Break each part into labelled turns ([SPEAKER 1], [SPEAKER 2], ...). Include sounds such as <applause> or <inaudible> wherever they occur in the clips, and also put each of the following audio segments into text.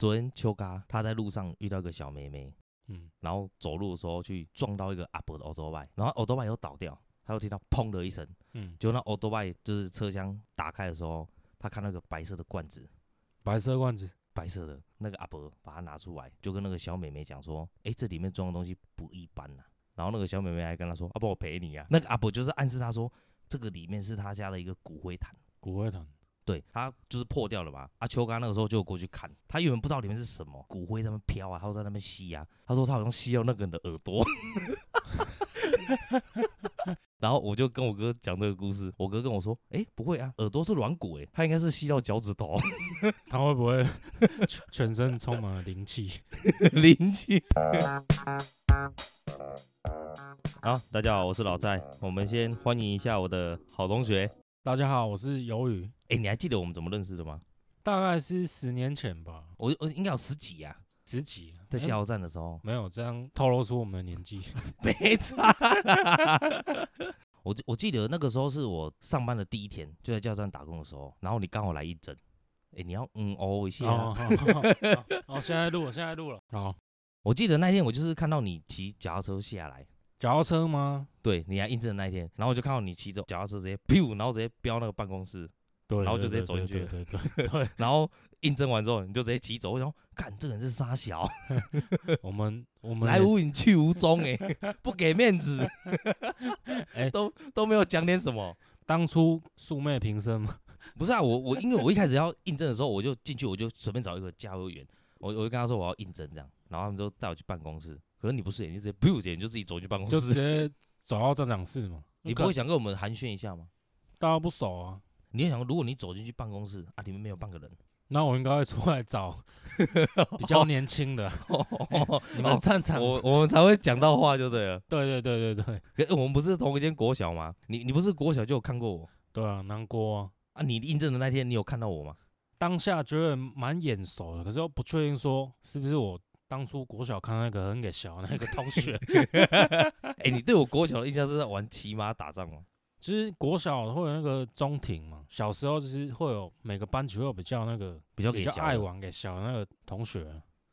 [SPEAKER 1] 昨天秋嘎他在路上遇到一个小妹妹，
[SPEAKER 2] 嗯，
[SPEAKER 1] 然后走路的时候去撞到一个阿伯的 o t o b i 然后 o t o b i 又倒掉，他又听到砰的一声，
[SPEAKER 2] 嗯，
[SPEAKER 1] 就那 o t o b i 就是车厢打开的时候，他看到一个白色的罐子，
[SPEAKER 2] 白色罐子，
[SPEAKER 1] 白色的那个阿伯把它拿出来，就跟那个小妹妹讲说：“哎、这里面装的东西不一般呐、然后那个小妹妹还跟他说：“阿、啊、伯，我陪你啊。”那个阿伯就是暗示他说，这个里面是他家的一个骨灰坛，
[SPEAKER 2] 骨灰坛，
[SPEAKER 1] 对他就是破掉了嘛。啊，秋刚那个时候就有过去看，他原本不知道里面是什么，骨灰在那边飘啊，他说在那边吸啊，他说他好像吸到那个人的耳朵。 <laughs> 然后我就跟我哥讲这个故事，我哥跟我说：“哎，不会啊，耳朵是软骨，哎，他应该是吸到脚趾头， <laughs>
[SPEAKER 2] 它会不会 <laughs> 全全身充满了
[SPEAKER 1] <laughs>
[SPEAKER 2] 灵气？
[SPEAKER 1] 灵气。好，大家好，我是老蔡。我们先欢迎一下我的好同学。
[SPEAKER 2] 大家好，我是鱿鱼，
[SPEAKER 1] 哎、你还记得我们怎么认识的吗？
[SPEAKER 2] 大概是十年前吧，
[SPEAKER 1] 我我应该有十几啊，
[SPEAKER 2] 十几啊
[SPEAKER 1] 在
[SPEAKER 2] 诶
[SPEAKER 1] 加油站的时候，
[SPEAKER 2] 没有这样透露出我们的
[SPEAKER 1] <laughs>
[SPEAKER 2] 年纪。
[SPEAKER 1] 没差 <laughs> 啦。我记我记得那个时候是我上班的第一天，就在加油站打工的时候，然后你刚好来一整，哎、你要嗯哦一下、
[SPEAKER 2] 哦， <laughs> 好好好好，现在录了，现在录了。好，
[SPEAKER 1] 我记得那天我就是看到你骑脚踏车下来，
[SPEAKER 2] 脚踏车吗？
[SPEAKER 1] 对，你还印证那一天，然后我就看到你骑着脚踏车直接噗，然后直接飙那个办公室， <laughs>
[SPEAKER 2] 对，
[SPEAKER 1] 然后就直
[SPEAKER 2] 对
[SPEAKER 1] 接走进去
[SPEAKER 2] 对对对对
[SPEAKER 1] 然后印证完之后，你就直接骑走。我想说，看这个人是傻
[SPEAKER 2] <laughs>
[SPEAKER 1] 小，
[SPEAKER 2] 对，
[SPEAKER 1] <laughs>
[SPEAKER 2] 我们我们
[SPEAKER 1] 来
[SPEAKER 2] 也是
[SPEAKER 1] 无影去无踪，哎， <laughs> 不给面子，
[SPEAKER 2] <laughs> 哎
[SPEAKER 1] <laughs> 都都没有讲点什么。
[SPEAKER 2] 当初素昧平生嘛，
[SPEAKER 1] 不是啊，我我因为我一开始要印证的时候，我就进去，我就随便找一个加油员，我我就跟他说我要印证这样，然后他们就带我去办公室。可是你不是，你就直接不姐，你就自己走去办公
[SPEAKER 2] 就直
[SPEAKER 1] 室，
[SPEAKER 2] 接走到站长室嘛。
[SPEAKER 1] 你不会想跟我们寒暄一下吗？
[SPEAKER 2] 大家不熟啊？
[SPEAKER 1] 你也想，如果你走进去办公室啊，里面没有半个人，
[SPEAKER 2] 那我应该会出
[SPEAKER 1] <laughs>
[SPEAKER 2] 来找比较年轻的，啊
[SPEAKER 1] 哦
[SPEAKER 2] 你们站长
[SPEAKER 1] 我我们才会讲到话就对了。
[SPEAKER 2] 对对对对对
[SPEAKER 1] 可我们不是同一间国小吗？你你不是国小就有看过我？
[SPEAKER 2] 对啊，南郭啊、
[SPEAKER 1] 啊，你印证的那天，你有看到我吗？
[SPEAKER 2] 当下觉得蛮眼熟的，可是又不确定说是不是我当初国小看那个很给小那个同
[SPEAKER 1] <laughs>
[SPEAKER 2] 学，
[SPEAKER 1] 哎、你对我国小的印象是在玩骑马打仗吗？
[SPEAKER 2] 就是国小会有那个中庭嘛，小时候就是会有每个班级会有比较那个
[SPEAKER 1] 比较
[SPEAKER 2] 比
[SPEAKER 1] 给
[SPEAKER 2] 较
[SPEAKER 1] 小的
[SPEAKER 2] 爱，玩给小的那个同学，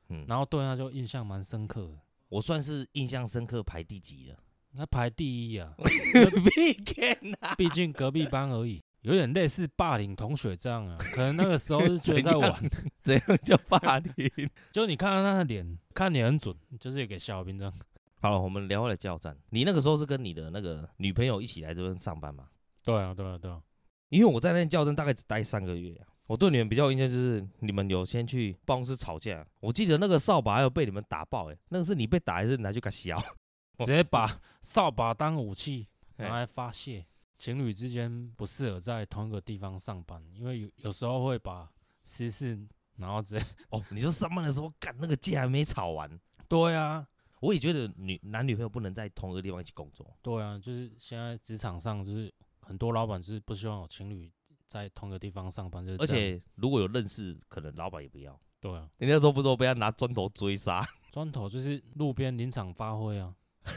[SPEAKER 1] 嗯，
[SPEAKER 2] 然后对他就印象蛮深刻的。
[SPEAKER 1] 我算是印象深刻排第几
[SPEAKER 2] <laughs>
[SPEAKER 1] 的？
[SPEAKER 2] 他排
[SPEAKER 1] <laughs>
[SPEAKER 2] 第一啊，
[SPEAKER 1] 必看啊！
[SPEAKER 2] 毕竟隔壁班而已，有点类似霸凌同学这样啊。可能那个时候是觉得在
[SPEAKER 1] <laughs> 怎样
[SPEAKER 2] 玩， <laughs>
[SPEAKER 1] 怎样叫霸凌？
[SPEAKER 2] 就你看到他的脸，看你很准，就是给小兵这样。
[SPEAKER 1] <laughs> 好了，我们聊回来加油站。你那个时候是跟你的那个女朋友一起来这边上班吗？
[SPEAKER 2] 对啊，对啊，对啊，
[SPEAKER 1] 因为我在那间加油站大概只待三个月、啊、我对你们比较有印象就是你们有先去办公室吵架，我记得那个扫把还有被你们打爆、欸，哎，那个是你被打还是拿去给削？ <laughs>
[SPEAKER 2] 直接把扫把当武器
[SPEAKER 1] 嘿
[SPEAKER 2] 拿来发泄。情侣之间不适合在同一个地方上班，因为有有时候会把私事，然后直接 <laughs>
[SPEAKER 1] 哦，你说上班的时候干那个架还没吵完，
[SPEAKER 2] 对啊，
[SPEAKER 1] 我也觉得女男女朋友不能在同一个地方一起工作。
[SPEAKER 2] 对啊，就是现在职场上就是很多老板就是不希望有情侣在同一个地方上班，就是
[SPEAKER 1] 而
[SPEAKER 2] 这样
[SPEAKER 1] 且如果有认识，可能老板也不要。
[SPEAKER 2] 对啊，
[SPEAKER 1] 你那时候不是说被他拿砖头追杀， <laughs>
[SPEAKER 2] 砖头就是路边临场发挥啊， <laughs>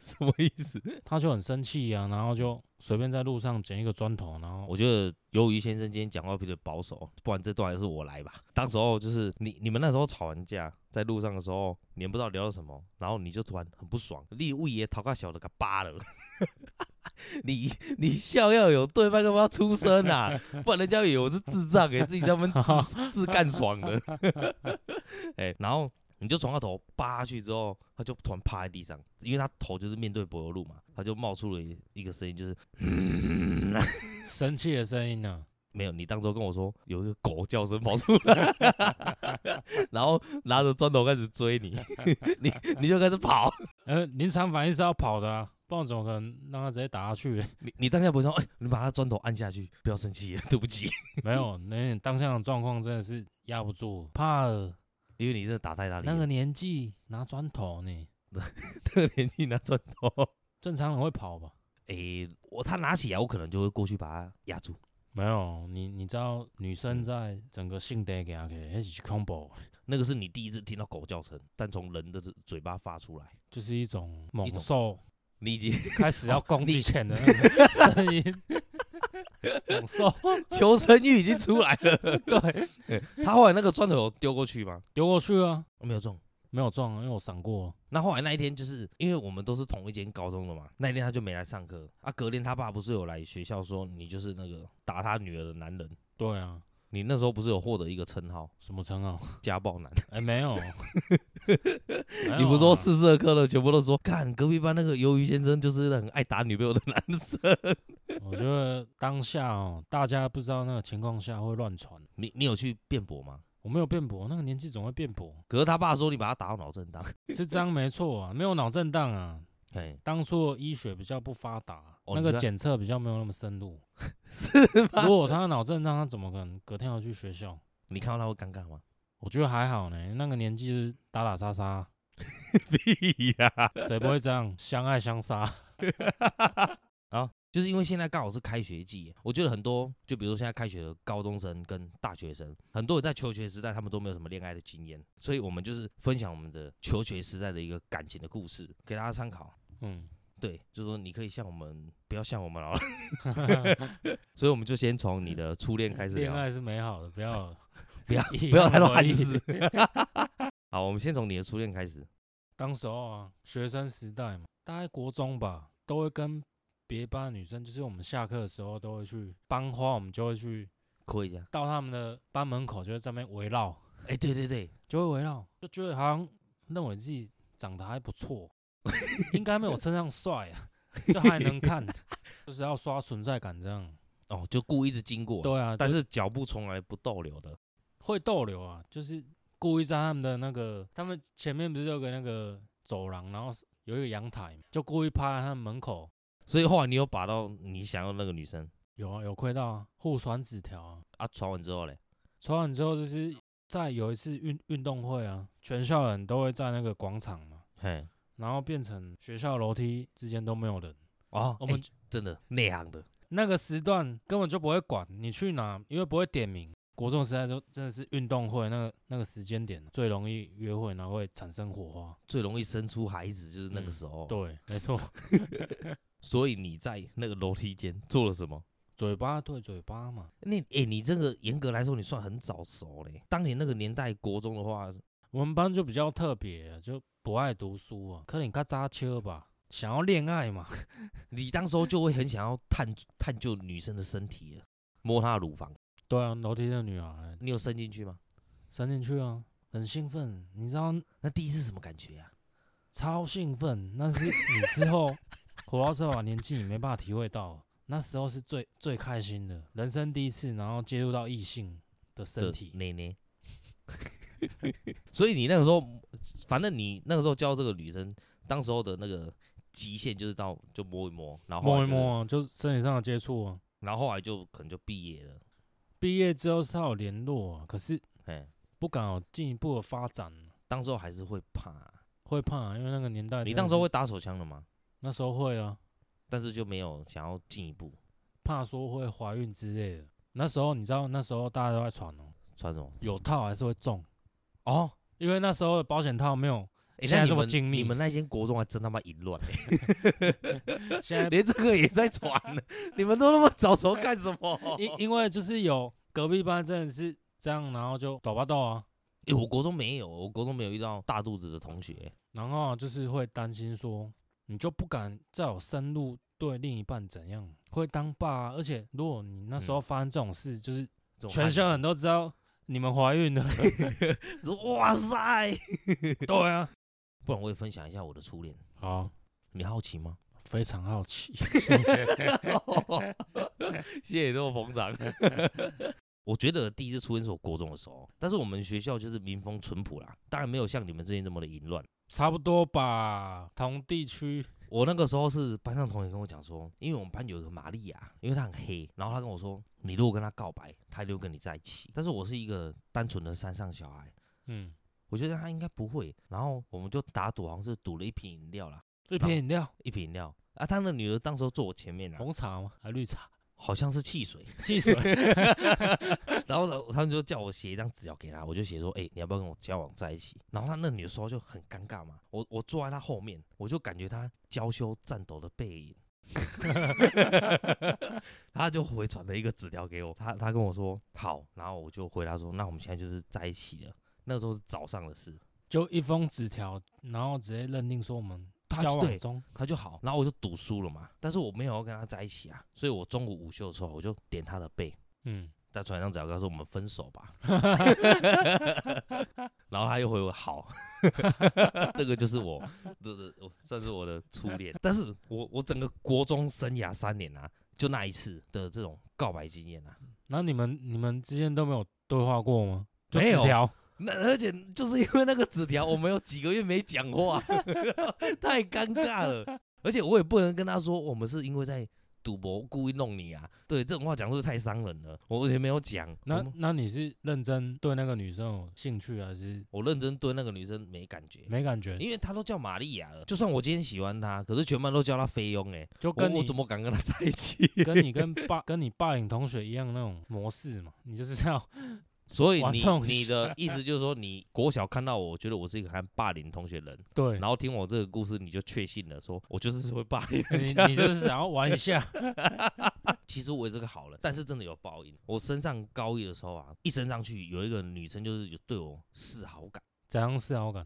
[SPEAKER 1] 什么意思？
[SPEAKER 2] 他就很生气啊，然后就随便在路上捡一个砖头，然后
[SPEAKER 1] 我觉得鱿鱼先生今天讲话比较保守，不然这段还是我来吧。当时候就是你你们那时候吵完架，在路上的时候，你们不知道聊到什么，然后你就突然很不爽，立物也讨个小的给扒了。 <laughs> 你你笑要有对半个不要出声啊，不然人家以为我是智障欸给、自己在那边自自干爽的。 <laughs> 哎、然后你就从他头扒下去之后，他就突然趴在地上，因为他头就是面对柏油路嘛，他就冒出了一一个声音，就是 <laughs> 嗯。
[SPEAKER 2] 生气的声音啊呢、
[SPEAKER 1] 没有，你当时候跟我说有一个狗叫声跑出来， <laughs> 然后拿着砖头开始追你，你你就开始跑。
[SPEAKER 2] 呃，临场反应是要跑的啊，不然怎么可能让他直接打下去？
[SPEAKER 1] 你你当下不是说，哎、你把他砖头按下去，不要生气，对不起， <laughs>
[SPEAKER 2] 没有，那当下的状况真的是压不住，怕了。
[SPEAKER 1] 因为你真的打太大力了。
[SPEAKER 2] 那个年纪拿砖头呢，
[SPEAKER 1] 那个年纪拿砖头，
[SPEAKER 2] 正常人会跑吧？
[SPEAKER 1] 哎、我他拿起来，我可能就会过去把他压住。
[SPEAKER 2] 没有，你你知道女生在整个性地给他给一起 combo，
[SPEAKER 1] 那个是你第一次听到狗叫声，但从人的嘴巴发出来，
[SPEAKER 2] 就是一种
[SPEAKER 1] 一
[SPEAKER 2] 猛
[SPEAKER 1] 种
[SPEAKER 2] 兽
[SPEAKER 1] 你已经
[SPEAKER 2] <laughs> 开始要攻击前的那个声音。猛兽
[SPEAKER 1] 求生欲已经出来了。
[SPEAKER 2] <laughs> 对
[SPEAKER 1] 他后来那个砖头有丢过去吗？
[SPEAKER 2] 丢过去啊，
[SPEAKER 1] 没有中。
[SPEAKER 2] 没有撞啊，因为我闪过了。
[SPEAKER 1] 那后来那一天，就是因为我们都是同一间高中的嘛，那一天他就没来上课啊。隔天他爸不是有来学校说你就是那个打他女儿的男人，
[SPEAKER 2] 对啊，
[SPEAKER 1] 你那时候不是有获得一个称号
[SPEAKER 2] 什么称号？
[SPEAKER 1] <laughs> 家暴 <laughs> 男？
[SPEAKER 2] 哎、没 <laughs> 有，没有
[SPEAKER 1] 你不是说
[SPEAKER 2] 啊
[SPEAKER 1] 四十二课了，全部都说看隔壁班那个鱿鱼先生就是很爱打女朋友的男 <laughs> 生。
[SPEAKER 2] 我觉得当下哦，大家不知道那个情况下会乱传。啊
[SPEAKER 1] 你你有去辩驳吗？
[SPEAKER 2] 我没有辩驳，那个年纪总会辩驳，
[SPEAKER 1] <laughs> 可是他爸说你把他打到脑 <laughs> 震荡，
[SPEAKER 2] 是这样没错啊，没有脑震荡啊。
[SPEAKER 1] 哎，
[SPEAKER 2] 当初医学比较不发达，
[SPEAKER 1] 哦
[SPEAKER 2] 那
[SPEAKER 1] 你
[SPEAKER 2] 个
[SPEAKER 1] 在
[SPEAKER 2] 检测比较没有那么深
[SPEAKER 1] <laughs>
[SPEAKER 2] 入。如果他脑震荡，他怎么可能隔天要去学校？
[SPEAKER 1] 你看到他会尴尬吗？
[SPEAKER 2] 我觉得还好呢，那个年纪就是打打杀杀，
[SPEAKER 1] 屁呀、
[SPEAKER 2] 谁不会这样相爱相杀？
[SPEAKER 1] 啊，就是因为现在刚好是开学季，我觉得很多，就比如说现在开学的高中生跟大学生，很多人在求学时代，他们都没有什么恋爱的经验，所以我们就是分享我们的求学时代的一个感情的故事，给大家参考。 <laughs>
[SPEAKER 2] 嗯，
[SPEAKER 1] 对，就是说你可以像我们，不要像我们了。 <laughs> 所以我们就先从你的初恋开始
[SPEAKER 2] 恋
[SPEAKER 1] 聊。
[SPEAKER 2] 爱是美好的，不要
[SPEAKER 1] <laughs> 不要
[SPEAKER 2] 以
[SPEAKER 1] 不要
[SPEAKER 2] 样
[SPEAKER 1] 太
[SPEAKER 2] 为
[SPEAKER 1] 乱
[SPEAKER 2] 例
[SPEAKER 1] 试。好，我们先从你的初恋开始。
[SPEAKER 2] 当时候啊，学生时代嘛，大概国中吧，都会跟别班的女生，就是我们下课的时候都会去班花，我们就会去
[SPEAKER 1] 扣一下。
[SPEAKER 2] 到他们的班门口，就会在那边围绕，
[SPEAKER 1] 哎、对对对，
[SPEAKER 2] 就会围绕，就觉得好像认为自己长得还不错，应该没有称上帅啊， <laughs> 就还能看，就是要刷存在感这样。
[SPEAKER 1] 哦，就故意一直经过，
[SPEAKER 2] 对啊，
[SPEAKER 1] 但
[SPEAKER 2] 就是
[SPEAKER 1] 脚步从来不逗留的。
[SPEAKER 2] 会逗留啊，就是故意在他们的那个，他们前面不是有个那个走廊，然后是有一个阳台嘛，就故意趴在他们门口。
[SPEAKER 1] 所以后来你有把到你想要那个女生
[SPEAKER 2] 有啊，有亏到啊，互传纸条啊。
[SPEAKER 1] 啊，传完之后嘞，
[SPEAKER 2] 传完之后，就是在有一次运运动会啊，全校人都会在那个广场嘛，
[SPEAKER 1] 嘿，
[SPEAKER 2] 然后变成学校楼梯之间都没有人。
[SPEAKER 1] 哦，
[SPEAKER 2] 我
[SPEAKER 1] 我
[SPEAKER 2] 们
[SPEAKER 1] 们、真的内行的，
[SPEAKER 2] 那个时段根本就不会管你去哪，因为不会点名。国中时代就真的是运动会那个那个时间点最容易约会，然后会产生火花。
[SPEAKER 1] 最容易生出孩子就是那个时候。，
[SPEAKER 2] 对，没错，
[SPEAKER 1] 所以你在那个楼梯间做了什么？
[SPEAKER 2] 嘴巴对嘴巴嘛。
[SPEAKER 1] 那哎、你这个严格来说，你算很早熟嘞。当年那个年代，国中的话，
[SPEAKER 2] 我们班就比较特别啊，就不爱读书啊，可能较扎车吧，想要恋爱嘛。 <laughs>
[SPEAKER 1] 你当时候就会很想要探探究女生的身体了，摸她的乳房，
[SPEAKER 2] 对啊，楼梯的女孩
[SPEAKER 1] 你有伸进去吗？
[SPEAKER 2] 伸进去啊，很兴奋，你知道
[SPEAKER 1] 那第一次什么感觉啊？
[SPEAKER 2] 超兴奋，那是你之后活到这把年纪，你没办法体会到，那时候是最最开心的，人生第一次，然后接触到异性的身
[SPEAKER 1] 的
[SPEAKER 2] 体，
[SPEAKER 1] 内内。 <laughs> 所以你那个时候，反正你那个时候教这个女生，当时候的那个极限就是到就摸一摸，然后后来
[SPEAKER 2] 摸一
[SPEAKER 1] 就是，
[SPEAKER 2] 摸啊、就身体上的接触啊。
[SPEAKER 1] 然后后来就可能就毕业了。
[SPEAKER 2] 毕业之后是有联络、啊，可是
[SPEAKER 1] 哎，
[SPEAKER 2] 不敢有进一步的发展，
[SPEAKER 1] 当时候还是会怕。
[SPEAKER 2] 会怕、因为那个年代真的是。
[SPEAKER 1] 你当时候会打手枪了吗？
[SPEAKER 2] 那时候会啊，
[SPEAKER 1] 但是就没有想要进一步
[SPEAKER 2] 怕说会怀孕之类的。那时候你知道，那时候大家都在传哦，
[SPEAKER 1] 穿什么？
[SPEAKER 2] 有套还是会中，
[SPEAKER 1] 哦，
[SPEAKER 2] 因为那时候的保险套没有，
[SPEAKER 1] 哎，
[SPEAKER 2] 现在
[SPEAKER 1] 那你
[SPEAKER 2] 这么
[SPEAKER 1] 们
[SPEAKER 2] 精密
[SPEAKER 1] 你们那间国中还真他妈淫 <laughs> 乱、欸，
[SPEAKER 2] 现在
[SPEAKER 1] 连这个也在传呢。你们都那么早熟干什么？
[SPEAKER 2] <laughs> 因因为就是有隔壁班真的是这样，然后就抖巴豆啊，
[SPEAKER 1] 欸我国中没有，我国中没有遇到大肚子的同学、
[SPEAKER 2] 然后啊就是会担心说，你就不敢再有深入对另一半怎样，会当爸、啊，而且如果你那时候发生这种事，就是
[SPEAKER 1] 这种
[SPEAKER 2] 全
[SPEAKER 1] 汉
[SPEAKER 2] 校
[SPEAKER 1] 子
[SPEAKER 2] 人都知道你们怀孕了， <laughs>
[SPEAKER 1] 说哇塞，
[SPEAKER 2] 对啊，
[SPEAKER 1] 不然我也分享一下我的初恋，
[SPEAKER 2] 好，
[SPEAKER 1] 你好奇 <laughs> 吗？
[SPEAKER 2] 非常好奇，
[SPEAKER 1] 谢谢都捧场。 <laughs> 我觉得第一次初恋是我国中的时候，但是我们学校就是民风淳朴啦，当然没有像你们之前这么的淫乱。
[SPEAKER 2] 差不多吧，同地区，
[SPEAKER 1] 我那个时候是班上同学跟我讲说，因为我们班有一个玛利亚，因为她很黑，然后她跟我说，你如果跟她告白，她就跟你在一起。但是我是一个单纯的山上小孩，
[SPEAKER 2] 嗯，
[SPEAKER 1] 我觉得她应该不会。然后我们就打赌，好像是赌了一瓶饮料啦，
[SPEAKER 2] 一瓶饮料，
[SPEAKER 1] 一瓶饮料啊。她那女的当时候坐我前面啦，
[SPEAKER 2] 红茶吗？还绿茶？
[SPEAKER 1] 好像是汽水。
[SPEAKER 2] <laughs> 汽水？
[SPEAKER 1] <laughs> 然后呢，他们就叫我写一张纸条给他，我就写说，哎、你要不要跟我交往在一起？然后他那女
[SPEAKER 2] <laughs>
[SPEAKER 1] 的时候就很尴尬嘛，我我坐在他后面，我就感觉他娇羞颤抖的背影，他就回传了一个纸条给我，他他跟我说好，然后我就回他说，那我们现在就是在一起了。那时候是早上的事，
[SPEAKER 2] 就一封纸条，然后直接认定说我们
[SPEAKER 1] 他
[SPEAKER 2] 交
[SPEAKER 1] 就对
[SPEAKER 2] 往中，
[SPEAKER 1] 他就好，然后我就赌输了嘛，但是我没有要跟他在一起啊，所以我中午午休的时候我就点他的背，
[SPEAKER 2] 嗯，
[SPEAKER 1] 在船上只要跟他说我们分手吧，然后他又回我好， <laughs> 这个就是我的，我算是我的初恋。但是我我整个国中生涯三年啊，就那一次的这种告白经验啊，
[SPEAKER 2] 然后你们你们之间都没有对话过吗？就
[SPEAKER 1] 没
[SPEAKER 2] 纸
[SPEAKER 1] 有
[SPEAKER 2] 条，
[SPEAKER 1] 那而且就是因为那个纸条，我们有几个月没讲话， <laughs> 太尴尬了。而且我也不能跟他说我们是因为在赌博故意弄你啊，对这种话讲出去太伤人了。我也没有讲，我
[SPEAKER 2] 那
[SPEAKER 1] 们
[SPEAKER 2] 那你是认真对那个女生有兴趣，还是
[SPEAKER 1] 我认真对那个女生没感觉，
[SPEAKER 2] 没感觉？
[SPEAKER 1] 因为她都叫玛利亚了。就算我今天喜欢她，可是全班都叫她菲佣哎、
[SPEAKER 2] 就
[SPEAKER 1] 我
[SPEAKER 2] 跟
[SPEAKER 1] 我
[SPEAKER 2] 你
[SPEAKER 1] 怎么敢跟她在一起？ <laughs>
[SPEAKER 2] 跟 <laughs> 你跟霸跟你霸凌同学一样那种模式嘛，你就是 <laughs> 要
[SPEAKER 1] 所以
[SPEAKER 2] 玩
[SPEAKER 1] 你
[SPEAKER 2] 弄
[SPEAKER 1] 你的意思就是说，你国小看到我觉得我是一个很霸凌同学人，
[SPEAKER 2] 对，
[SPEAKER 1] 然后听我这个故事你就确信了，说我就是会霸凌人 <laughs>
[SPEAKER 2] 你
[SPEAKER 1] 家。
[SPEAKER 2] 你就是想要玩一下，
[SPEAKER 1] 其实我也是个好人，但是真的有报应。我升上高一的时候啊，一升上去有一个女生就是有对我示好感，
[SPEAKER 2] 怎样是好感？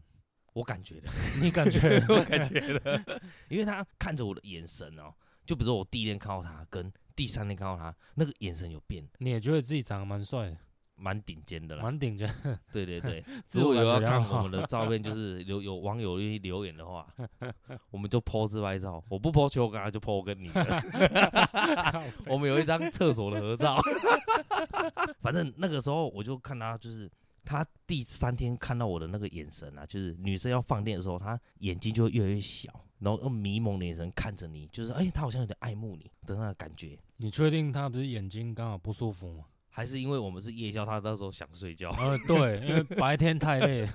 [SPEAKER 1] 我感觉的， <laughs>
[SPEAKER 2] 你感 <laughs> 觉
[SPEAKER 1] 我感觉的， <laughs> 因为她看着我的眼神哦，就比如说我第一天看到她跟第三天看到她，那个眼神有变，
[SPEAKER 2] 你也觉得自己长得蛮帅的，
[SPEAKER 1] 蛮顶尖的啦。
[SPEAKER 2] 蛮顶着，
[SPEAKER 1] 对对对，
[SPEAKER 2] <laughs> 自
[SPEAKER 1] 如果
[SPEAKER 2] 我
[SPEAKER 1] 有要
[SPEAKER 2] 感觉
[SPEAKER 1] 看
[SPEAKER 2] 良
[SPEAKER 1] 我
[SPEAKER 2] 好
[SPEAKER 1] 们。的照片，就是有有网友愿意留言的话， <laughs> 我们就 po 自拍照，我不 po 球杆就 po 我跟你的。
[SPEAKER 2] <laughs>
[SPEAKER 1] 我们有一张厕所的合照。 <laughs> 反正那个时候我就看他，就是他第三天看到我的那个眼神啊，就是女生要放电的时候，她眼睛就会越来越小，然后用迷蒙的眼神看着你，就是哎、她好像有点爱慕你的那个感觉。
[SPEAKER 2] 你确定他不是眼睛刚好不舒服 <laughs> 吗？
[SPEAKER 1] 还是因为我们是夜校，她那时候想睡觉。
[SPEAKER 2] 呃，对，因为白天太累了，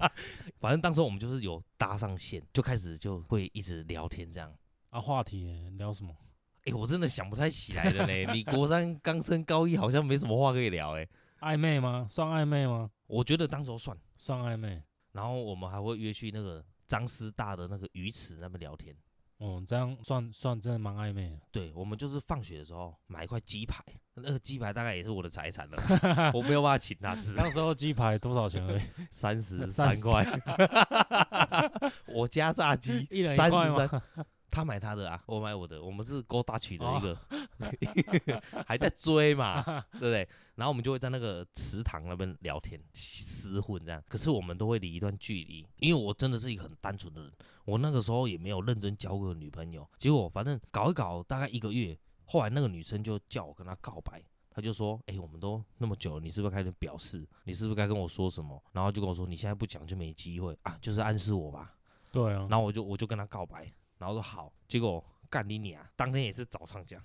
[SPEAKER 1] <laughs> 反正当时我们就是有搭上线，就开始就会一直聊天这样。
[SPEAKER 2] 啊，话题聊什么？
[SPEAKER 1] 哎、我真的想不太起来了呢。你国三刚升高一，好像没什么话可以聊哎、
[SPEAKER 2] 暧昧吗？算暧昧吗？
[SPEAKER 1] 我觉得当时候算。
[SPEAKER 2] 算暧昧。
[SPEAKER 1] 然后我们还会约去那个张师大的那个鱼池那边聊天。
[SPEAKER 2] 哦，这样算算真的蛮暧昧的。
[SPEAKER 1] 对，我们就是放学的时候买一块鸡排，那个鸡排大概也是我的财产了啦，我没有办法请他
[SPEAKER 2] <laughs>
[SPEAKER 1] 吃，
[SPEAKER 2] 那时候鸡排多少钱而已？
[SPEAKER 1] 三十三块， <laughs> 我家炸鸡
[SPEAKER 2] 一人一
[SPEAKER 1] 三
[SPEAKER 2] 块
[SPEAKER 1] 十
[SPEAKER 2] 吗
[SPEAKER 1] 三，他买他的啊，我买我的，我们是勾搭取的一个， <laughs> 还在追嘛，对不对？然后我们就会在那个池塘那边聊天厮混这样，可是我们都会离一段距离，因为我真的是一个很单纯的人，我那个时候也没有认真交过女朋友，结果反正搞一搞大概一个月，后来那个女生就叫我跟她告白。她就说：“哎、我们都那么久了，你是不是该表示？你是不是该跟我说什么？”然后就跟我说：“你现在不讲就没机会啊，就是暗示我吧。”
[SPEAKER 2] <laughs> 对啊，
[SPEAKER 1] 然后我就我就跟他告白，然后说好，结果干你娘！当天也是早上讲，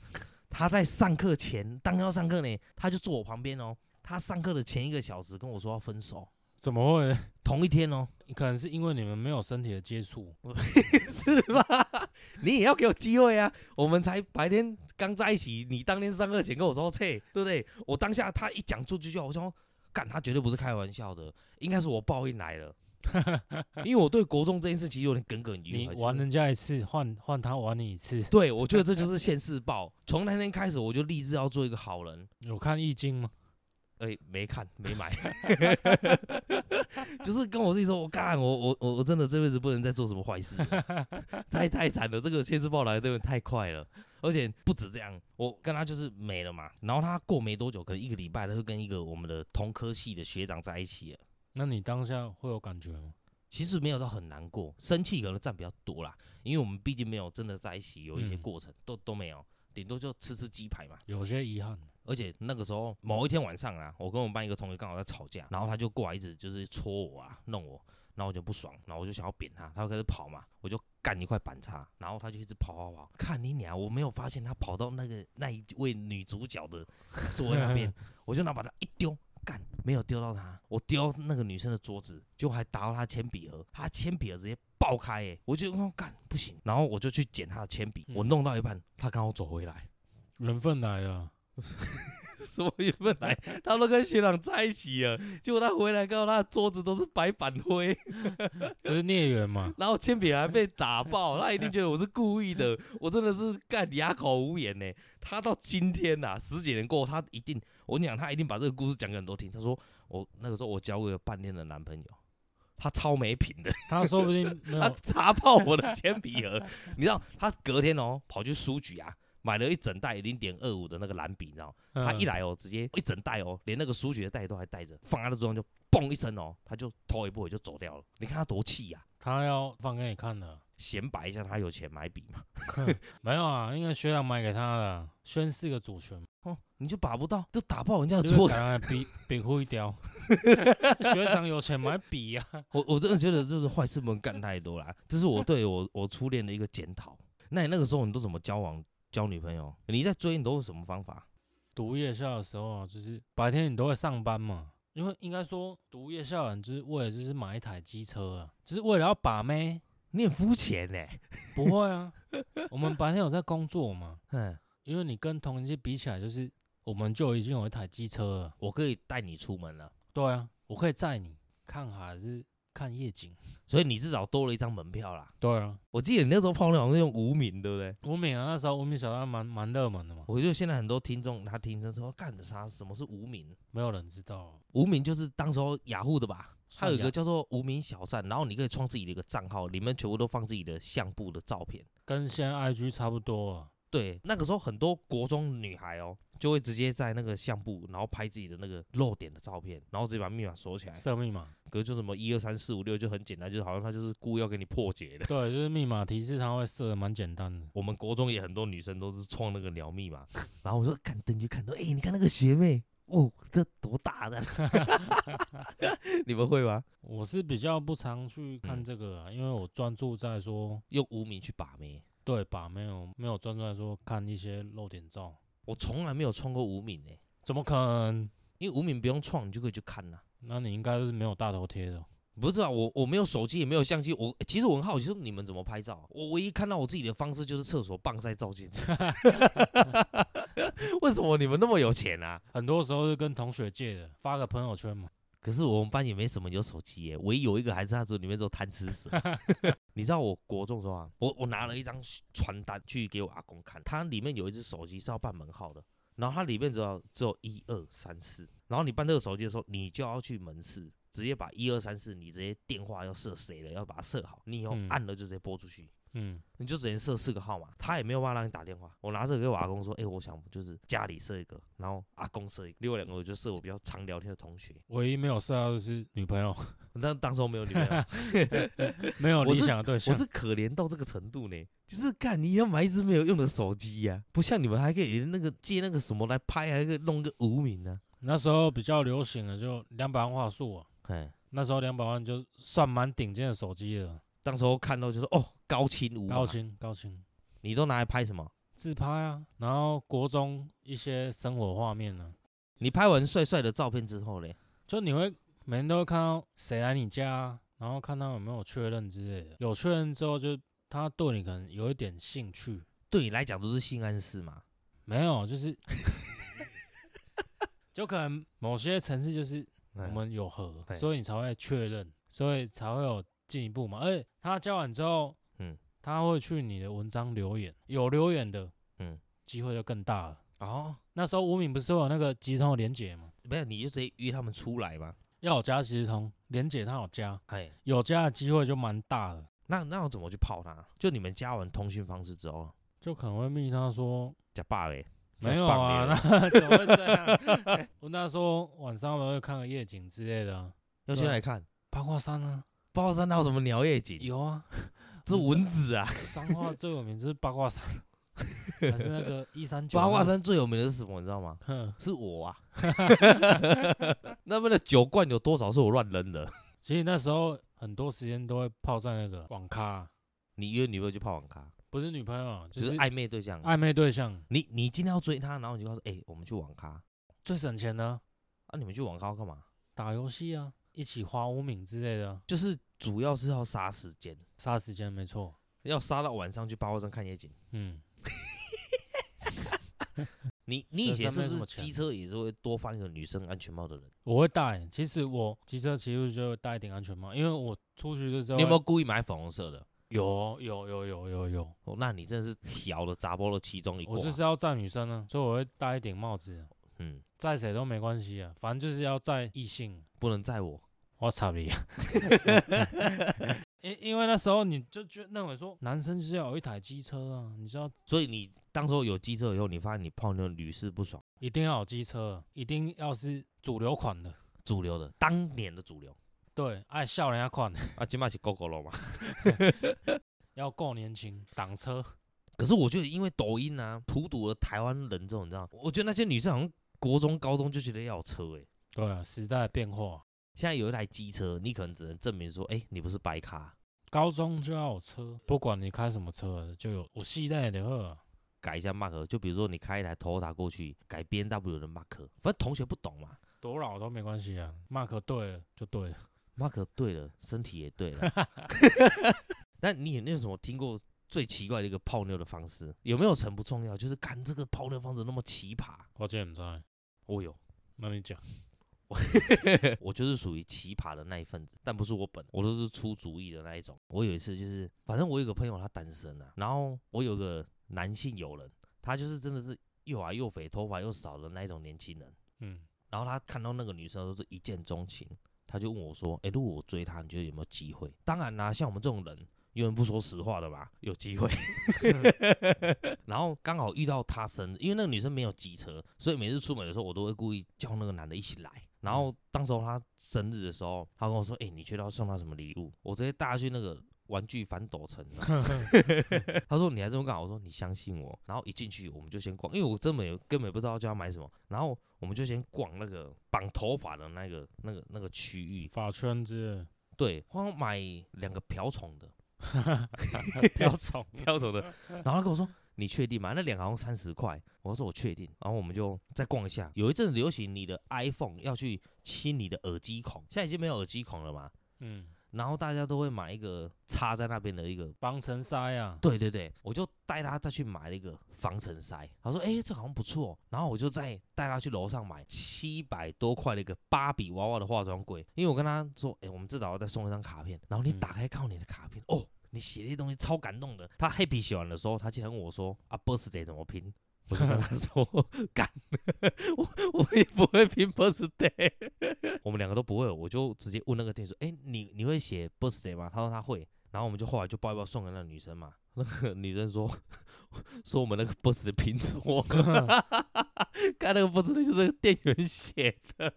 [SPEAKER 1] 他在上课前，当天要上课呢，他就坐我旁边哦。他上课的前一个小时跟我说要分手，
[SPEAKER 2] 怎么会？
[SPEAKER 1] 同一天哦， <laughs>
[SPEAKER 2] 可能是因为你们没有身体的接触，
[SPEAKER 1] 是吧？ <laughs> 你也要给我机会啊！我们才白天刚在一起，你当天上课前跟我说切，对不对？我当下他一讲出这句话，我说干，他绝对不是开玩笑的，应该是我报应来了。 <laughs> 因为我对国中这件事其实有点耿耿于怀。
[SPEAKER 2] 你
[SPEAKER 1] 就是
[SPEAKER 2] 玩人家一次，换换他玩你一次。
[SPEAKER 1] 对，我觉得这就是现世报。从那天开始，我就立志要做一个好人。
[SPEAKER 2] 有看《易经》吗？
[SPEAKER 1] 哎、没看，没买， <laughs> 就是跟我自己说，我干，我我我我真的这辈子不能再做什么坏事了， <laughs> 太太惨了。这个现世报来的有点太快了，而且不止这样，我跟他就是没了嘛。然后他过没多久，可能一个礼拜，他就跟一个我们的同科系的学长在一起了。
[SPEAKER 2] 那你当下会有感觉吗？
[SPEAKER 1] 其实没有到很难过，生气可能占比较多啦，因为我们毕竟没有真的在一起，有一些
[SPEAKER 2] 嗯
[SPEAKER 1] 过程、都都没有，顶多就吃吃鸡排嘛。
[SPEAKER 2] 有些遗憾。
[SPEAKER 1] 而且那个时候某一天晚上啊，我跟我们班一个同学刚好在吵架，然后他就过来一直就是戳我啊，弄我，然后我就不爽，然后我就想要扁他，他就开始跑嘛，我就干一块板擦，然后他就一直跑跑跑，看你俩，我没有发现他跑到那个那一位女主角的座位那边，我就拿把他一丢。干没有丢到他，我丢那个女生的桌子，就还打到她铅笔盒，她铅笔盒直接爆开、欸，我就说干不行，然后我就去捡她的铅笔，我
[SPEAKER 2] 嗯
[SPEAKER 1] 弄到一半，她刚好走回来，
[SPEAKER 2] 缘分来了，
[SPEAKER 1] 什么原本来他都跟学长在一起了，结果他回来告诉他的桌子都是白板灰， <laughs>。
[SPEAKER 2] 就是孽缘嘛 <laughs>
[SPEAKER 1] 然后铅笔还被打爆，他一定觉得我是故意的，我真的是干哑口无言呢。他到今天呐、十几年过后，他一定，我跟你讲，他一定把这个故事讲给很多听。他说我那个时候我交过一个半年的男朋友，他超没品的，
[SPEAKER 2] 他说不定没
[SPEAKER 1] 他
[SPEAKER 2] 有，
[SPEAKER 1] 砸爆我的铅笔盒。 <laughs> 你知道他隔天哦跑去书局啊买了一整袋零点二五的那个蓝笔，你知道吗。他一
[SPEAKER 2] 来
[SPEAKER 1] 来哦，直接一整袋哦，连那个书局的袋都还带着，放在那桌上就嘣一声哦，他就头也不回就走掉了。你看他多气呀、
[SPEAKER 2] 他要放给你看的，
[SPEAKER 1] 显摆一下他有钱买笔嘛。
[SPEAKER 2] 没有啊，因为学长买给他的，啊宣示个主权，
[SPEAKER 1] 哦，你就把不到，就打爆人家的
[SPEAKER 2] 就是
[SPEAKER 1] 桌
[SPEAKER 2] 给
[SPEAKER 1] 子。
[SPEAKER 2] 他笔笔灰雕。 <laughs> 学长有钱买笔啊呀、
[SPEAKER 1] 我我真的觉得这种坏事不能干太多啦，这是我对我我初恋的一个检讨。那你那个时候你都怎么交往交女朋友？你在追你都是什么方法？
[SPEAKER 2] 读夜校的时候啊，就是白天你都会上班嘛，因为应该说读夜校的人就是为了就是买一台机车啊，只是为了要把妹。
[SPEAKER 1] 你很肤浅呢。
[SPEAKER 2] 不会啊，我们白天有在工作嘛，
[SPEAKER 1] 嗯，
[SPEAKER 2] 因为你跟同年纪比起来，就是我们就已经有一台机车了。
[SPEAKER 1] 我可以带你出门了，
[SPEAKER 2] 对啊，我可以载你看海，是看夜景。
[SPEAKER 1] 所以你至少多了一张门票啦。
[SPEAKER 2] 对啊，
[SPEAKER 1] 我记得你那时候泡妞好像是用无名，对不对？
[SPEAKER 2] 无名啊，那时候无名小站蛮蛮热门的嘛，
[SPEAKER 1] 我就现在很多听众他听他说干的啥？什么是无名？
[SPEAKER 2] 没有人知道。啊
[SPEAKER 1] 无名就是当时候雅虎的吧，它
[SPEAKER 2] 算
[SPEAKER 1] 有一个
[SPEAKER 2] 雅
[SPEAKER 1] 叫做无名小站，然后你可以创自己的一个账号，里面全部都放自己的相簿的照片。
[SPEAKER 2] 跟现在 IG 差不多啊，
[SPEAKER 1] 对，那个时候很多国中女孩哦，就会直接在那个相簿，然后拍自己的那个露点的照片，然后直接把密码锁起来。
[SPEAKER 2] 设密码，
[SPEAKER 1] 可是就什么一二三四五六就很简单，就是好像他就是故意要给你破解的。
[SPEAKER 2] 对，就是密码提示，它会设的蛮简单的。
[SPEAKER 1] 我们国中也很多女生都是创那个鸟密码， <laughs> 然后我说看登去看到，哎、你看那个学妹，哦，这多大的？ <laughs> 你们会吗？
[SPEAKER 2] 我是比较不常去看
[SPEAKER 1] 嗯
[SPEAKER 2] 这个啊，因为我专注在说
[SPEAKER 1] 用无名去把妹，
[SPEAKER 2] 对吧，没有没有专注在说看一些露点照，
[SPEAKER 1] 我从来没有创过无名诶、
[SPEAKER 2] 怎么可能？
[SPEAKER 1] 因为无名不用创，你就可以去看啦、
[SPEAKER 2] 那你应该是没有大头贴的哦，
[SPEAKER 1] 不是啊，我我没有手机，也没有相机，我欸其实我很好奇，说你们怎么拍照？啊我唯一看到我自己的方式就是厕所棒晒照镜子。 <laughs> 为什么你们那么有钱啊？
[SPEAKER 2] 很多时候是跟同学借的，发个朋友圈嘛。
[SPEAKER 1] 可是我们班也没什么有手机耶，唯一有一个还是他只里面只有贪吃蛇。你知道我国中的时候啊，我我拿了一张传单去给我阿公看，它里面有一只手机是要办门号的，然后它里面只有只有一二三四，然后你办这个手机的时候，你就要去门市。直接把一二三四，你直接电话要设谁了，要把它设好，你以后
[SPEAKER 2] 嗯
[SPEAKER 1] 按了就直接拨出去。
[SPEAKER 2] <laughs> 嗯，
[SPEAKER 1] 你就只能设四个号码，他也没有办法让你打电话。我拿这个给我阿公说，哎、我想就是家里设一个，然后阿公设一个，另外两个我就设我比较常聊天的同学。
[SPEAKER 2] 唯一没有设到就是女朋友，
[SPEAKER 1] 但当时我没有女朋友，
[SPEAKER 2] <laughs> 没有
[SPEAKER 1] 我
[SPEAKER 2] 理
[SPEAKER 1] 是
[SPEAKER 2] 想的对
[SPEAKER 1] 我
[SPEAKER 2] 象。
[SPEAKER 1] 是可怜到这个程度呢，就是
[SPEAKER 2] 嗯
[SPEAKER 1] 干你要买一只没有用的手机呀、不像你们还可以那个借那个什么来拍，还可以弄个无名啊呢、
[SPEAKER 2] 那时候比较流行的就两百万画素啊，
[SPEAKER 1] 啊。哎，
[SPEAKER 2] 那时候两百万就算蛮顶尖的手机了，
[SPEAKER 1] 当时候看到就说哦，高清无码
[SPEAKER 2] 高，清高清
[SPEAKER 1] 你都拿来拍什么？
[SPEAKER 2] 自拍啊，然后国中一些生活画面啊呢、
[SPEAKER 1] 你拍完帅帅的照片之后嘞，
[SPEAKER 2] 就你会每天都会看到谁来你家啊，然后看他有没有确认之类的，有确认之后就他对你可能有一点兴趣，
[SPEAKER 1] 对你来讲都是性暗示嘛？
[SPEAKER 2] 没有就是，就可能某些城市就是我
[SPEAKER 1] 哎
[SPEAKER 2] 们有合，
[SPEAKER 1] 对
[SPEAKER 2] 所以你才会确认，所以才会有进一步嘛。而且他交完之后，
[SPEAKER 1] 嗯
[SPEAKER 2] 嗯，他会去你的文章留言，有留言的，
[SPEAKER 1] 嗯
[SPEAKER 2] 嗯，机会就更大了。
[SPEAKER 1] 哦，
[SPEAKER 2] 那时候吴敏不是有那个即时通的连结吗？
[SPEAKER 1] 没有你就直接约他们出来嘛？
[SPEAKER 2] 要有加即时通连结，他有加，
[SPEAKER 1] 哎，
[SPEAKER 2] 有加的机会就蛮大的，
[SPEAKER 1] 那那要怎么去泡他？就你们加完通讯方式之后，
[SPEAKER 2] 就可能会密他说
[SPEAKER 1] 加爸嘞，
[SPEAKER 2] 没有啊，
[SPEAKER 1] 那
[SPEAKER 2] 那 <laughs> 怎么会这样？啊我那时候晚上我会看个夜景之类的、啊，
[SPEAKER 1] <laughs> 要去哪里
[SPEAKER 2] <laughs>
[SPEAKER 1] 看？
[SPEAKER 2] 八卦山啊，
[SPEAKER 1] 八卦山哪有什么鸟夜景？
[SPEAKER 2] 有啊，
[SPEAKER 1] 这蚊子啊！
[SPEAKER 2] 彰化最有名就是八卦
[SPEAKER 1] <laughs>
[SPEAKER 2] 山，还是那个一三九啊
[SPEAKER 1] 八卦山最有名的是什么？你知道吗？
[SPEAKER 2] 哼，
[SPEAKER 1] 是我
[SPEAKER 2] <laughs>
[SPEAKER 1] 啊！ <laughs> 那边的酒罐有多少是我乱扔的？
[SPEAKER 2] 其实那时候很多时间都会泡在那个网咖，
[SPEAKER 1] 你约女朋友去泡网咖，
[SPEAKER 2] 不是女朋友，
[SPEAKER 1] 就
[SPEAKER 2] 就是啊是
[SPEAKER 1] 暧昧对象。啊
[SPEAKER 2] 暧昧对象
[SPEAKER 1] 你你今天要追她，然后你就告诉哎、我们去网咖
[SPEAKER 2] 最省钱的啊，
[SPEAKER 1] 啊！你们去网咖干嘛？
[SPEAKER 2] 打游戏啊，一起花无名之类的啊，
[SPEAKER 1] 就是主要是要杀时间，
[SPEAKER 2] 杀时间没错。
[SPEAKER 1] 要杀到晚上去八卦山看夜景。
[SPEAKER 2] 嗯，
[SPEAKER 1] 你你以前是
[SPEAKER 2] 学生没什
[SPEAKER 1] 不
[SPEAKER 2] 么
[SPEAKER 1] 是
[SPEAKER 2] 钱
[SPEAKER 1] 机车也是会多放一个女生安全帽的人？
[SPEAKER 2] 我会戴，其实我骑车骑路就会戴一顶安全帽，因为我出去的时候
[SPEAKER 1] 你有没有啊故意买粉红色的？
[SPEAKER 2] 有有有有有有，
[SPEAKER 1] 哦，那你真的是小的杂波的其中一啊
[SPEAKER 2] 我
[SPEAKER 1] 个。
[SPEAKER 2] 就是要载女生呢，所以我会戴一顶帽子，
[SPEAKER 1] 嗯，
[SPEAKER 2] 载谁都没关系啊，反正就是要载异性。啊
[SPEAKER 1] 不能载我。
[SPEAKER 2] 我操你！ <laughs> 因因为那时候你就觉认为说男生就是要有一台机车啊，你知道
[SPEAKER 1] 所以你当时候有机车以后，你发现你泡妞屡试不爽，
[SPEAKER 2] 一定要有机车，啊一定要是主流款的，
[SPEAKER 1] 主流的，当年的主流
[SPEAKER 2] 对，爱笑人家款 <laughs> 的，
[SPEAKER 1] 啊，起码是 GoGo 了嘛。
[SPEAKER 2] 要够年轻，挡车。
[SPEAKER 1] 可是我觉得，因为抖音啊，荼毒了台湾人这种，你知道吗，我觉得那些女生好像国中、高中就觉得要有车、欸，
[SPEAKER 2] 对啊，时代的变化，
[SPEAKER 1] 现在有一台机车，你可能只能证明说，哎、你不是白卡，
[SPEAKER 2] 高中就要有车，不管你开什么车，就啊有我系列的二。
[SPEAKER 1] 改一下 mark，就比如说你开一台 Toyota 过去，改 B N W 的 mark，反正同学不懂嘛
[SPEAKER 2] 多老都没关系啊，Mark 对了就对了。
[SPEAKER 1] ，mark 对了，身体也对 <laughs> 了。那你有没有什么听过最奇怪的一个泡妞的方式？有没有成不重要，就是看这个泡妞方式那么奇葩，
[SPEAKER 2] 我今天不在，
[SPEAKER 1] 我有。
[SPEAKER 2] 那你讲，
[SPEAKER 1] 我就是属于奇葩的那一份子，但不是我本，我都是出主意的那一种。我有一次就是，反正我有个朋友他单身啊，然后我有个男性友人，他就是真的是又矮又肥，头发又少的那一种年轻人。
[SPEAKER 2] 嗯，
[SPEAKER 1] 然后他看到那个女生都是一见钟情，他就问我说：“诶，如果我追她，你觉得有没有机会？”当然啦、像我们这种人，永远不说实话的嘛，有机会。然后刚好遇到她生日，因为那个女生没有机车，所以每次出门的时候，我都会故意叫那个男的一起来。然后当时候她生日的时候，她跟我说：“诶，你觉得要送她什么礼物？”我直接带她去那个。玩具反斗城，他说你还这么干？我说你相信我。然后一进去我们就先逛，因为我根本也根本也不知道叫他买什么。然后我们就先逛那个绑头发的那个那个那个区域，
[SPEAKER 2] 法圈子，
[SPEAKER 1] 对，我好像买两个瓢虫的，
[SPEAKER 2] 标宠，
[SPEAKER 1] 瓢虫的。然后他跟我说你确定吗？那两个好像三十块。我说我确定。然后我们就再逛一下。有一阵流行你的 iPhone 要去亲你的耳机孔，现在已经没有耳机孔了嘛。
[SPEAKER 2] 嗯，
[SPEAKER 1] 然后大家都会买一个插在那边的一个
[SPEAKER 2] 防尘塞啊，
[SPEAKER 1] 对对对，我就带他再去买了一个防尘塞，他说：“哎、这好像不错哦。”然后我就再带他去楼上买七百多块的一个芭比娃娃的化妆柜，因为我跟他说：“哎、我们至少要再送一张卡片。”然后你
[SPEAKER 2] 嗯
[SPEAKER 1] 打开看到你的卡片，哦，你写这些东西超感动的。他 happy 写完的时候，他竟然问我说：“啊，birthday 怎么拼？”我就跟他 <laughs> 说：“干，我我也不会拼 birthday，我 <laughs> 们两个都不会。”我就直接问那个店员说：“哎、你你会写 birthday 吗？”他说他会。然后我们就后来就抱一抱送给那个女生嘛。那个女生说 <laughs> 说我们那个 boss 的拼错， <laughs> 看那个 boss 的就是那个店员写的，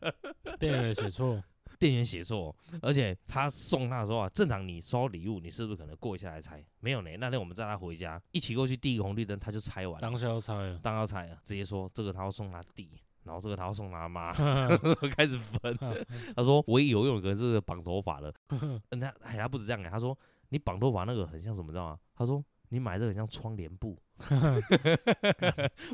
[SPEAKER 2] 店员写 <laughs> 错，
[SPEAKER 1] 店员写错，而且他送他的时候啊，正常你收礼物，你是不是可能过一下来拆？没有呢，那天我们载他回家，一起过去第一个红绿灯，他就拆完了，
[SPEAKER 2] 当下就拆了。
[SPEAKER 1] 当要拆了，啊直接说这个他要送他弟，然后这个他要送他妈， <laughs> 开始分。 <laughs> 他说唯一有用的可能是绑头发的，嗯，他哎他不止这样哎，他说你绑头发那个很像什么，你知道吗？他说你买这个很像窗帘布， <laughs>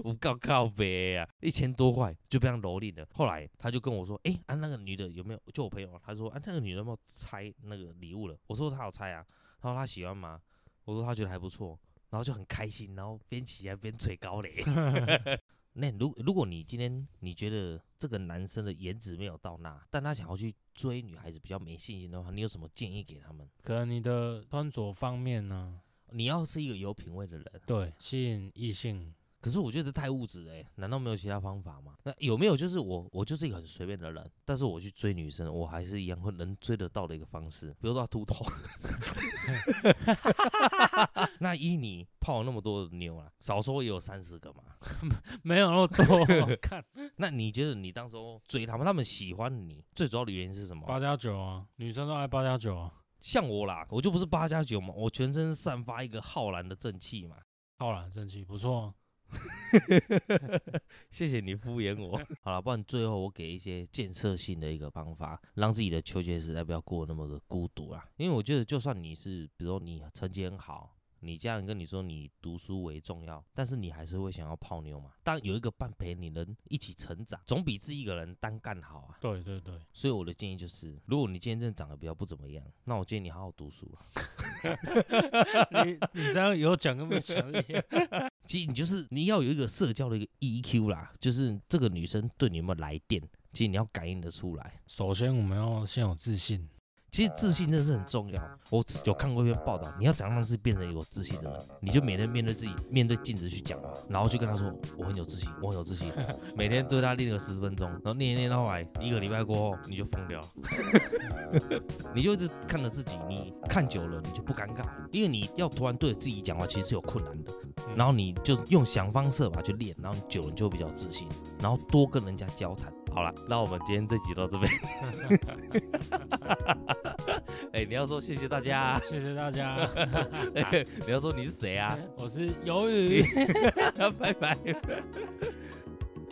[SPEAKER 1] 我靠靠呗啊，一千多块就被他蹂躏了。后来他就跟我说，哎、啊那个女的有没有？就我朋友，他说啊那个女的有没有拆那个礼物了？我说她有拆啊，他说她喜欢吗？我说她觉得还不错，然后就很开心，然后边骑还边吹高雷。那如如果你今天你觉得这个男生的颜值没有到那，但他想要去追女孩子比较没信心的话，你有什么建议给他们？
[SPEAKER 2] 可能你的穿着方面呢、
[SPEAKER 1] 你要是一个有品味的人，
[SPEAKER 2] 对，吸引异性， <laughs>
[SPEAKER 1] 可是我觉得这太物质哎、难道没有其他方法吗？那有没有就是我我就是一个很随便的人，但是我去追女生，我还是一样会能追得到的一个方式，比如说她秃头。 <laughs> 那依你泡了那么多的妞啊，少说也有三十个嘛。
[SPEAKER 2] 没有那么多。 <laughs> 看
[SPEAKER 1] 那你觉得你当时候追他们，他们喜欢你最主要的原因是什么？
[SPEAKER 2] 八加九啊，女生都爱八加九啊。
[SPEAKER 1] 像我啦，我就不是八加九嘛，我全身散发一个浩然的正气嘛。
[SPEAKER 2] 好啦，正气不错、啊。
[SPEAKER 1] 谢谢你敷衍我。好了，不然最后我给一些建设性的一个方法，让自己的求学时代不要过得那么的孤独啦。因为我觉得，就算你是，比如说你成绩很好，你家人跟你说你读书为重要，但是你还是会想要泡妞嘛。当有一个伴陪你能一起成长，总比自己一个人单干好啊。
[SPEAKER 2] 对对对，
[SPEAKER 1] 所以我的建议就是，如果你今天真的长得比较不怎么样，那我建议你好好读书啊。
[SPEAKER 2] <laughs> 你你这样有讲跟没讲 <laughs> 一样。
[SPEAKER 1] 其实你就是你要有一个社交的一个 EQ 啦，就是这个女生对你有没有来电，其实你要感应得出来。
[SPEAKER 2] 首先我们要先有自信，
[SPEAKER 1] 其实自信真的是很重要。我有看过一篇报道，你要怎样让自己变成有自信的人？你就每天面对自己，面对镜子去讲话，然后就跟他说我很有自信，我很有自信，每天对他练个十分钟，然后练一练到后来一个礼拜过后你就疯掉了， <laughs> 你就一直看着自己，你看久了你就不尴尬了，因为你要突然对自己讲话其实是有困难的，然后你就用想方设法去练，然后你久了你就会比较有自信，然后多跟人家交谈。好了，那我们今天这集到这边。 <laughs> 哎、你要说谢谢大家、 <laughs>
[SPEAKER 2] <laughs> 谢谢大家，
[SPEAKER 1] 你要说你是谁啊？ <laughs>
[SPEAKER 2] 我是鱿鱼。
[SPEAKER 1] 拜拜。